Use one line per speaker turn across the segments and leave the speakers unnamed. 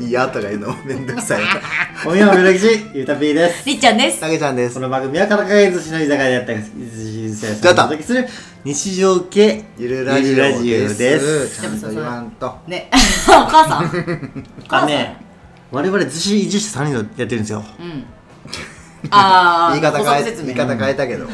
いやあったがいいの めんどくさい
今夜もめどくしゆたぴーです
りっちゃんです
たけちゃんです
この番組はからかい寿司の居酒屋であったり寿司
ちょっ
屋
と
さんお届けする日常系
ゆるラジオです
ゆるラジオです
ちゃんと言わんと
ねお母さん
あね我々寿司移住者3人でやってるんですよ、
うんああ
言い方変え
説明
言い方変えたけど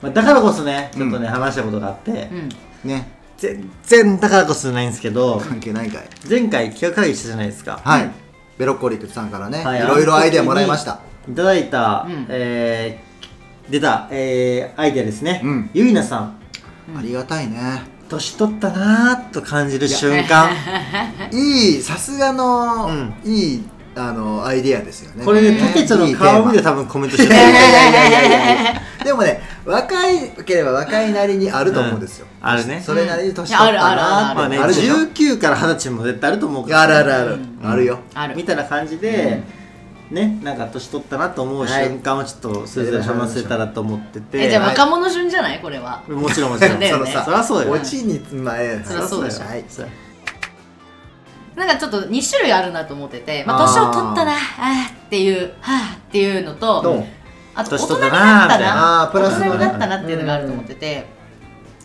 まあ、だからこそねちょっと
うん
ね、話したことがあって、
うん
ね
全然だからこそじゃないんですけど
関係ないかい
前回企画会議したじゃないですか
はいベロッコリクさんからね
はい
いろいろアイデアもらいました
いただいた、
うん
えー出た、えーアイデアですね、
うん
ゆいなさん
ありがたいね
年取ったなーと感じる瞬間
いいさすがの
うん
いいあのアイデアですよね
これねたけちゃんの顔を見
いい
て
テーマ
多分コメントして
いやい
る
やいやいやいやいやでもね若いければ若いなりにあると思うんですよ、
うんあるね
それなりに年取った
うんいや
なー
ある
ま
あ
あ
って
ね、
あるでしょ
19から20歳も絶対あると思うから
あ
ね、
るあるある、あるよ
ある
みたいな感じで、ねなんか年取ったなと思う
はい
瞬間をちょっとそれぞれ話せたらと思ってて、
えじゃあ
はい
若者順じゃないこれは
もちろんもちろん
だよ
の
ね
さ
そりゃそうよ
落ちに前
そりゃそうだよ
はい
そう
なんかちょっと2種類あるなと思ってて、まあ、
あー
年を取ったなあーっていうはあっていうのと、
ドン
あと大
年
人
取っ
に
た
な
なーみ
った
たい
な
な
あープ
大
ラス
人
の
に
ね
なったなっていうのがあると思ってて、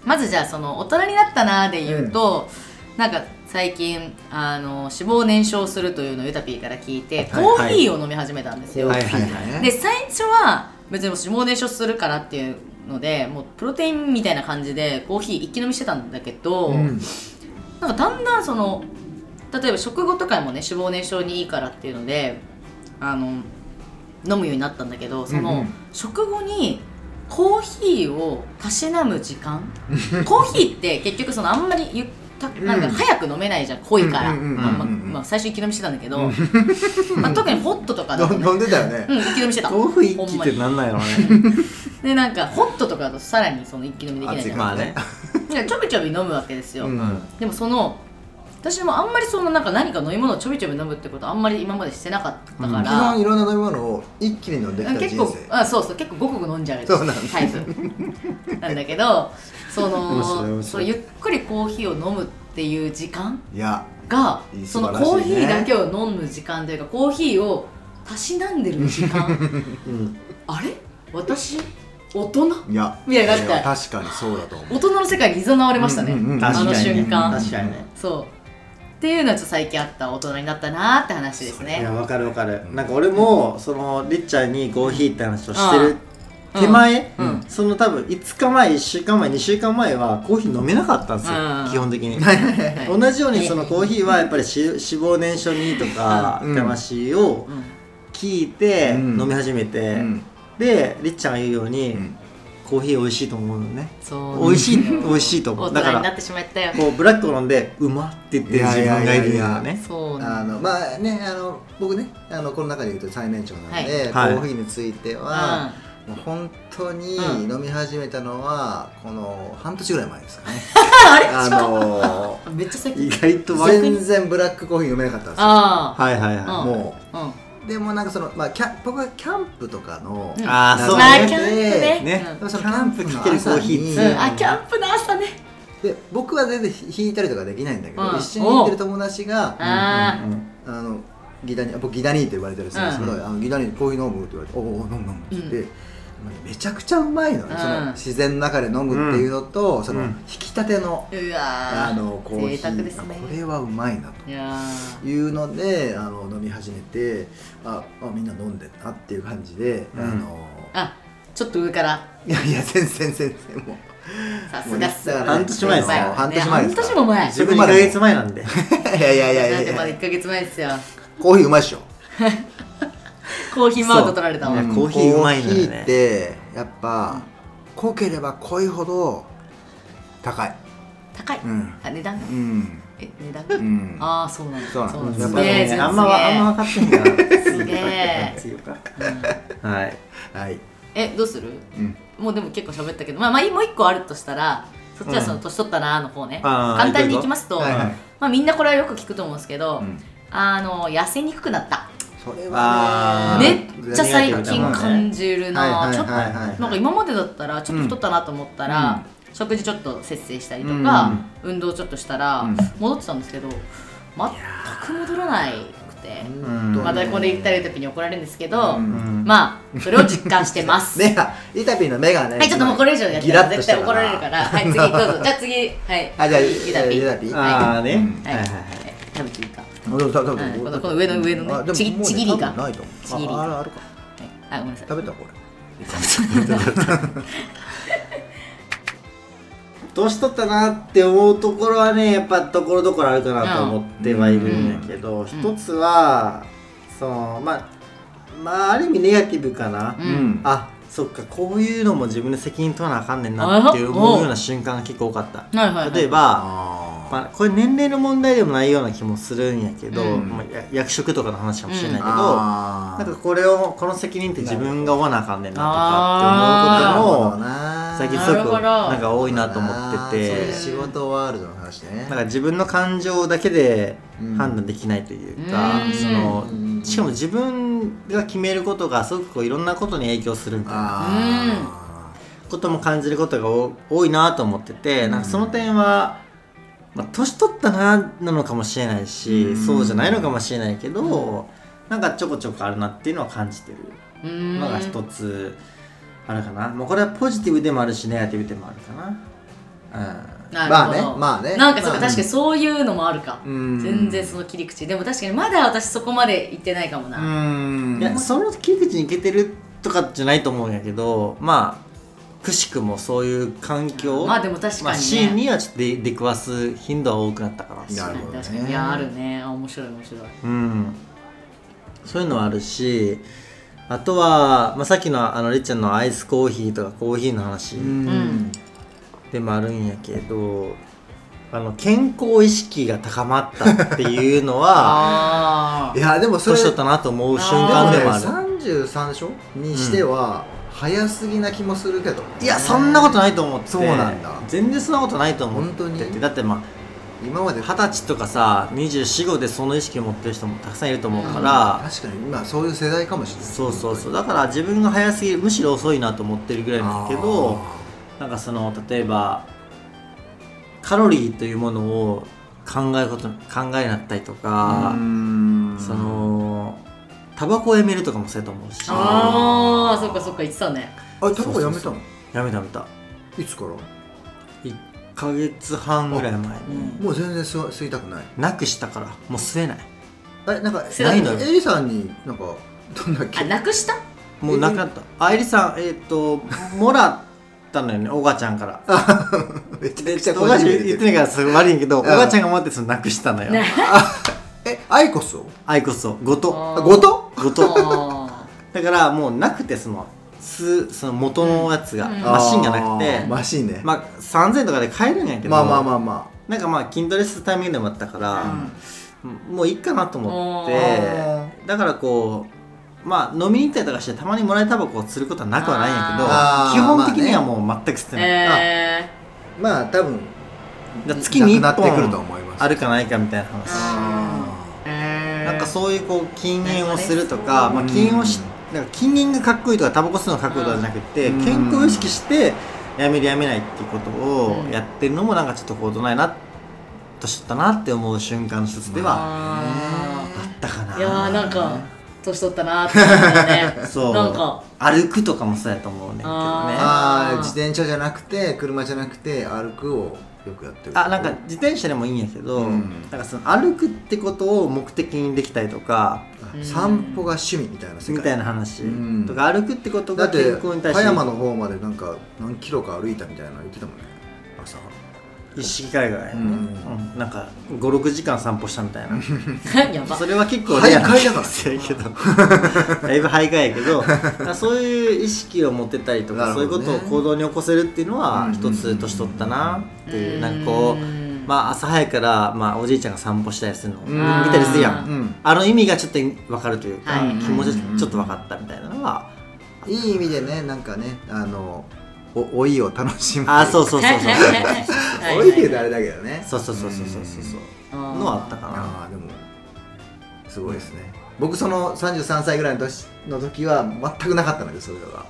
まずじゃあその大人になったなーで言うと、なんか最近あの脂肪を燃焼するというのをゆたぴーから聞いて、
はい
コーヒーを飲み始めたんですよ、
はいはい
はい
で最初は別にもう脂肪燃焼するからっていうのでもうプロテインみたいな感じでコーヒー一気飲みしてたんだけど、
うん
なんかだんだんその例えば食後とかもね脂肪燃焼にいいからっていうのであの飲むようになったんだけどその、
うんうん
食後にコーヒーをたしなむ時 間コーヒーって結局そのあんまりゆったなんか
うん
早く飲めないじゃん濃いから
うんうんうんうん
まあまあまあ最初一気飲みしてたんだけど、 まあ、特にホットとかだと、ね、
飲んでたよね
うん一気飲みしてた
豆腐一気って
ほんま
なんなんやろうね
にでなんかホットとかだとさらにその一気飲みできないじゃん
まあね
なんかちょびちょび飲むわけですよ、
うん
でもその私もあんまりそのなんか何か飲み物をちょびちょび飲むってことあんまり今までしてなかったか
基本い
ら、
ろんな飲み物を一気に飲んできた人
結
生
構あそうそう結構ごくごく飲んじゃう
そうなんだ
タイプなんだけどそ
面白い面白
の
い
そうゆっくりコーヒーを飲むっていう時間
いや
が、
いい
その
素晴らしい
コー
ね
ヒーだけを飲む時間というかコーヒーをたしなんでる時 間
うん
あれ私大人
いや
いやだって
それは確かにそうだと思う
大人の世界に誘われましたね、
うんうんうん
あの瞬間
確かにね
そうっていうのはちょっと最近あった大人になったなーって話です
い
ね
やわかるわかる、
うん
なんか俺もそのりっちゃんにコーヒーって話をしてる
うん
手前、
うん
その多分5日前1週間前2週間前はコーヒー飲めなかったんですよ、
うん
基本的に
はい
同じようにそのコーヒーはやっぱりし脂肪燃焼にいいとか
うん
魂を
うん
聞いて
うん
飲み始めて、
うん
でりっちゃんが言うように、
うん
コーヒー美味しいと思うのね
そう
美味しい美味しいと思う
大
だか
人に
ら
なってしまったよ
こうブラックを飲んでうまって言ってる自分がい
いや
るんだよ
いやいや
ね
そう
あ
なの
のまあねあの僕ねあのこの中で言うと最年長なので、
はい
コーヒーについては、もう本当に
うん
飲み始めたのはこの半年ぐらい前ですかね
あれ
あの
うんめっちゃ最
意
近
外とわ
全然ブラックコーヒー飲めなかったんですよ
あ
はいはいはい、
あ
も
あうん
うでもなんかその、まあ、キャ僕はキャンプとかの、
うん
ああそう
まあ
ね
キャンプね
ね
うん
でもそのキャンプの
キャンプかけるコーヒ
朝に
ーう
うんんあキャンプの朝ね
で僕は全然弾いたりとかできないんだけど、
うん
一緒に行ってる友達が
あ
うんうん
あのギダニー僕ギダニーって言われてるんですけど、
うん
あのギダニーコーヒー飲むって言われて「おうおう飲む飲む」って言って、
う
めちゃくちゃうまいのよ、
うん
その自然の中で飲むっていうのと、その
うん
引きたての,、
あう
あ
わ
のコー
ー
ヒ
贅沢
ー、
ですね
これはうまいない
やー
というのであの飲み始めてああみんな飲んでんなっていう感じで、
うん
あの
あちょっと上から
いやいや全然全然もう。
さすがっす
もうだから
半年前ですよ
ね
半年前ですか
半年も前
自分2ヶ月前なんで
いやいやいや
なん
い
てまだ
やい
1
や
ヶ月前ですよ
コーヒーうまいっしょ
コーヒーマウント取られた
い
わ
や
ん
コーヒーうまいのよね
コーヒーってやっぱ濃ければ濃いほど高い
高い
うん
あ値段が
うん
え値段
うん
ああそうなんだ
そうなんや
なんだ
っ
す
ぱ
げ
り
え
ねあんまわあんま分かってんだ
すげえ
強か
すげえうん
はい
はい
えどうする
うん
もうでも結構喋ったけどまあまあもう一個あるとしたらそっちはその年取ったなーの方ね、
あー
簡単にいきますと、
はいはい
まあみんなこれはよく聞くと思うんですけど、
うん
あの痩せにくくなった
それ
あ
は
ー
め
ね
っちゃ最近感じるなー、
はい
ちょ
はい
っと
はいはい
なんか今までだったらちょっと太ったなと思ったら、食事ちょっと節制したりとか、運動ちょっとしたら戻ってたんですけど、全く戻らないくて
うん
またこれ言ったらゆたぴに怒られるんですけ
うん
ど、
うん
まあそれを実感して ます
目がイタピーの目がね
はいちょっともうこれ以上やった
ギラ
ら
ッと
絶
した
対怒られるからはい次どうぞじゃあ次はい
あじゃあ
ゆたぴ
ゆたぴ
はい
ああね
うん
は
はいいはいいは
はは
い
食べていいか
俺多分
はいこ
俺
のこの上の上のね
あでも
ちぎ
もうね
ちぎりか
多分ないと思う
ちぎりか
ああれあるか
あごめんなさい
食べたこれ
年取ったなって思うところはねやっぱところどころあるかなと思ってはいるんだけど、一つはそのまあまあある意味ネガティブかな、
う
うんん
あそっかこういうのも自分で責任取らなあかんねんなって思うような瞬間が結構多かった
はいはいはい
例えば、
あ
まあ、これ年齢の問題でもないような気もするんやけど、
うん
まあ、や役職とかの話かもしれないけど、
あ
なんか
ー
これをこの責任って自分が負わなあかんねんなとかって思うことも最近すご
なる
く
ほど
なんか多いなと思って
そうい
て
う仕事ワールドの話ね
なんか自分の感情だけで
うん
判断できないというか、
うん
その
うん
しかも自分が決めることがすごくこういろんなことに影響するみたいな
あ
ことも感じることがお多いなと思っててなんかその点は、まあ、年取ったななのかもしれないし、
うん
そうじゃないのかもしれないけど、なんかちょこちょこあるなっていうのは感じてる。
うーん
のが一つあるかな、もうこれはポジティブでもあるしネガティブでもあるかな
ー
な
ま
る
あ
ほ
ね
ど
まあね
なんかそうか
まあ
確かにそういうのもあるか、
うん
全然その切り口でも確かにまだ私そこまで行ってないかもな、
うんいやその切り口にいけてるとかじゃないと思うんやけどまあくしくもそういう環境
まあでも確かにね
まあシーンにはちょっと出出くわす頻度は多くなったかな
なるほどね
確かにいやあるねあ面白い面白い
うん、そういうのはあるしあとは、まあ、さっきのあのりっちゃんのアイスコーヒーとかコーヒーの話、
ん
でもあるんやけどあの健康意識が高まったっていうの は
あ
いやでもそれ
年取ったなと思う瞬間でもあ
で
る
もね33でしょにしては早すぎな気もするけど
いやそんなことないと思って
そうなんだ
全然そんなことないと思ってて
本当に
だってまあ
今まで
二十歳とかさ245でその意識持ってる人もたくさんいると思うから、
確かに今そういう世代かもしれない
そうそうそうだから自分が早すぎるむしろ遅いなと思ってるぐらいなんだけど
あ
なんかその例えばカロリーというものを考えること考えになったりと
ー
か、
うん
そのタバコをやめるとかもそうやと思うし
あ
や
ああそっかそっか言ってたね
あタバコやめたの
めたやめた
いつから
1ヶ月半ぐらい前に
もう全然吸わ吸いたくない
なくしたからもう吸えない
あれなんか
吸わない
のよ
エリさんになんかどんだっけ
あなくした
もうなくなったあいりさんえっ、 ともらったのよねおがちゃんから
めち
で
ゃくちゃ
おがちゃん言って
て
ないからすごい悪いんやけど
ん
おがちゃんがもらってそのなくしたのよ
な
えアイコスを
アイコスをごと
あごと
ごと
あ
だからもうなくてその吸うその元のやつが、
うん
マシンがなく
あ
て
ー
ま
マシンねま
あ3000とかで買えるんやけど
あまあまあま
なんかまあ筋トレするタイミングでもあったから、もういいかなと思っ
あ
てだからこうまあ飲みに行ったりとかしてたまにもらいタバコをすることはなくはないん
あー
やけど基本的にはもう全く吸って
ー
ない、
え
まあ多分
だから月に
なくなってくる
1
と
本
思います
あるかないかみたいな話
あ
ーえー
なんかそういうこう禁煙をするとか、
うん
まあ、禁煙をしなんか禁煙がかっこいいとかタバコ吸うのがかっこいいとかじゃなくて、健康を意識してやめるやめないっていうことをやってるのもなんかちょっとこうどないなとしとったなって思う瞬間の一つでは
あ
あったかな、
ーいやーなんか年取ったな ーって思ったね
そう
なんか
歩くとかもそうやと思うねんけどねあ
あー自転車じゃなくて車じゃなくて歩くをよくやってる
なんか自転車でもいいんやけど、
うん
なんかその歩くってことを目的にできたりとか
あ散歩が趣味みたいな世界
みたいな話、
うん
とか歩くってこと
だ
が
って
健康に対
葉
して
山の方までなんか何キロか歩いたみたいなの言ってたもんね朝
一式海外ね、
う
うんんなんか56時間散歩したみたいな
やば
それは結構
徘徊
レアな
だから
話やけどだいぶ徘徊やけどまあそういう意識を持ってたりとか、
なる
そういう
ほど
こ
ね
とを行動に起こせるっていうの
うん
は
うんうん
一つ年取ったなっていう、
うん
なんかこう、まあ、朝早くから、まあ、おじいちゃんが散歩したりするのを
うん
見たりするや
あ
ん
ー
うん
あの意味がちょっと分かるというか、
はい
気持ちちょっと分かったみたいなのは、
いい意味でねなんかねあのお老いを楽しむ
ああそうそうそうそ う
老いって言うとあれだけどね
そうそうそうそうそうそうそう
の
のはあったかな
ああでもすごいですね僕その33歳ぐらいの年の時は全くなかったのでそういうのが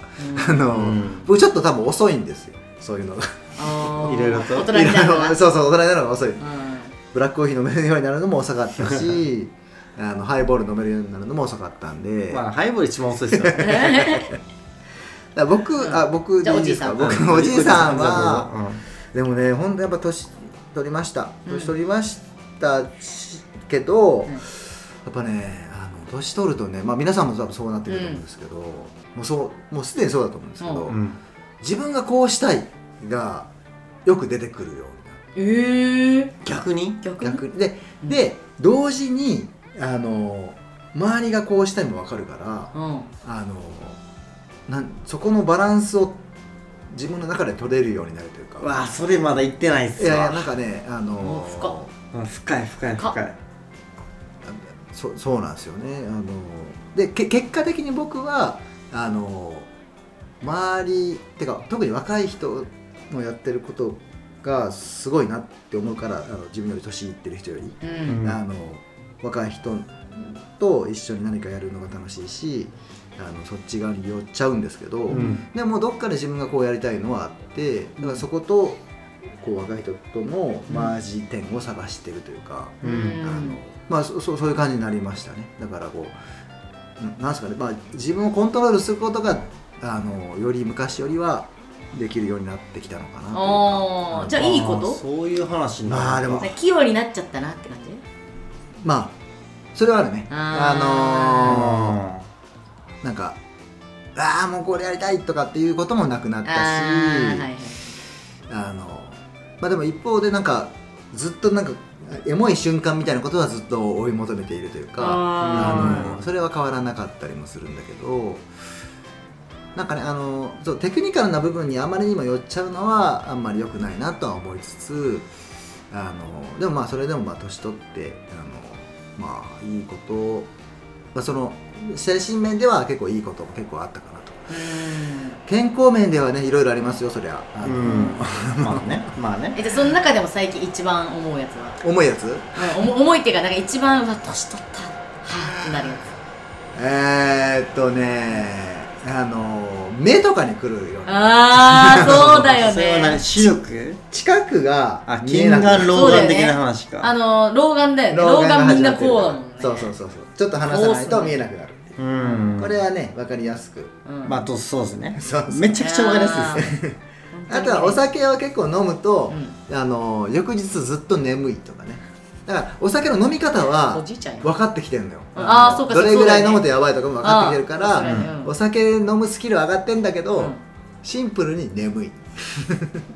あの、
うん
僕ちょっと多分遅いんですよそういうのが
いろいろと
大人になるな
そうそう大人になるのが遅い
うん
ブラックコーヒー飲めるようになるのも遅かった しあのハイボール飲めるようになるのも遅かったんで、
まあハイボール一番遅いですよね
だから僕、あ僕
じゃあ
でいいですか
おじい
僕のおじいさんは、
は
でもねほんとやっぱ年取りました年取りましたしけど、
ん
やっぱねあの年取るとね、まあ、皆さんも多分そうなってると思うんですけど、もうそうもうすでにそうだと思うんですけど、
うんうん
自分がこうしたいがよく出てくるよう
えー、
逆に
逆
にな
に
る逆にでで同時にあの周りがこうしたいも分かるから
うん
あのなんそこのバランスを自分の中で取れるようになるというか
うわあそれまだ言ってないっ
い
す
やいや
わ
なんかねあ
も
の
う深っ
うん深い深い深い
そそうなんですよねあのでけ結果的に僕はあの周りてか特に若い人のやってることがすごいなって思うからあの自分より年いってる人より、
う
うんん
あの若い人と一緒に何かやるのが楽しいしあのそっち側に寄っちゃうんですけど、
うん
でもどっかで自分がこうやりたいのはあってだからそことこう若い人とのマージ点を探してるというか。
う
あ
ん
のまあそそそういう感じになりましたねだからこうななんですかね、まあ、自分をコントロールすることがあのより昔よりはできるようになってきたのかなという
お
か
ーじゃあいいこ
あー
と
そういう話になる
まあでも
器用になっちゃったなって感じ
まあそれはあるねあ
あ
のーなんかああもうこれやりたいとかっていうこともなくなったし
あーはいはい
あのまあでも一方でなんかずっとなんかエモい瞬間みたいなことはずっと追い求めているというか
あ
あのそれは変わらなかったりもするんだけどなんかねあのそうテクニカルな部分にあまりにも寄っちゃうのはあんまり良くないなとは思いつつあのでもまあそれでもまあ年取ってあのまあいいことを、まあ、その精神面では結構いいことも結構あったかなと
ーうん
健康面ではねいろいろありますよそりゃ、あ
う
の
んまあねまあね
えじゃあその中でも最近一番思うやつは
重いやつ
うんおも重いっていうかなんか一番うわ年取ったはぁってなるやつ
えー、っとねあの目とかに来るような
あ あそうだよ
それは何
ね
視力
近くが
あ
見え
近
なくなる
眼老眼的な話か
あの老眼だよね老
老眼が
眼みん
始ま
な
ってる
こ
か
う
ら
だもんね
そうそうそうそうちょっと話さないと見えなくなるっていう
うん
これはね分かりやすく
うん
まあとそうですね
そうそう
めちゃくちゃわかりやすいですね
ね
あとはお酒を結構飲むと、
う
あの翌日ずっと眠いとかねだからお酒の飲み方
お
は
じいちゃんや
分かってきてるのよ
あーそうか
どれぐらい
そうだよね
飲むとやばいとかも分かってきてるか
あー
ら、
そうだよね
お酒飲むスキル上がってんだけど、
うん
シンプルに眠い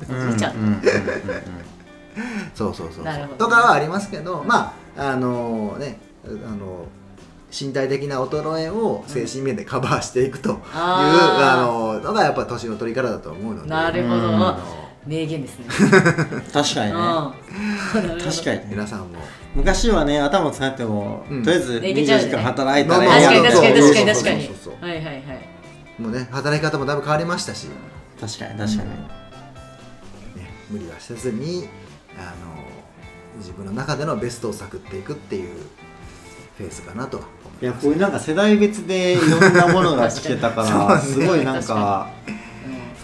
うん
見ちゃう
うんうんうん
そうそうそうそう
なるほど
とかはありますけどまああのねあの身体的な衰えを精神面でカバーしていくという、あ
あ
ののがやっぱ年の取り方だと思うので
なるほど
うん
あの
名言ですね
確かにね
うん
確かにね
皆さんも
昔はね頭使っても
うん
とりあえず
できちゃう
24
よね
時間働い
ま
た
あ
ら
まあ
確かに
やると
確かに
そう
確かに確かに
そうそうそうそ
はいはいはい
もうね働き方もだいぶ変わりましたし、ね、
確かに確かに
無理はせずにあの自分の中でのベストを探っていくっていうフェーズかなとは思います
いやこういうなんか世代別でいろんなものが聞けた か
そうね
らすごいなんか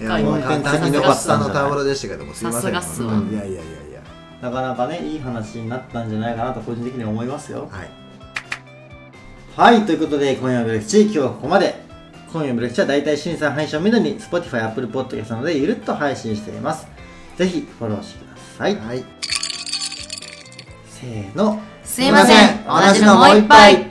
う
い
ん深
や
い
も
わ
う
本当
簡単
に
に
良
残
か
っ
った
た
んじゃない
のたまろでしたけどもすいません
さすがっすわ
本当にいやいやいやいや
なかなかねいい話になったんじゃないかなと個人的に思いますよ
はい
はい、ということで、今夜のブレクチ、今日はここまで。今夜のブレクチは大体審査配信をめどに、Spotify、Apple Podcast などでゆるっと配信しています。ぜひ、フォローしてください。
はい
せーの。
すいません私のもう一杯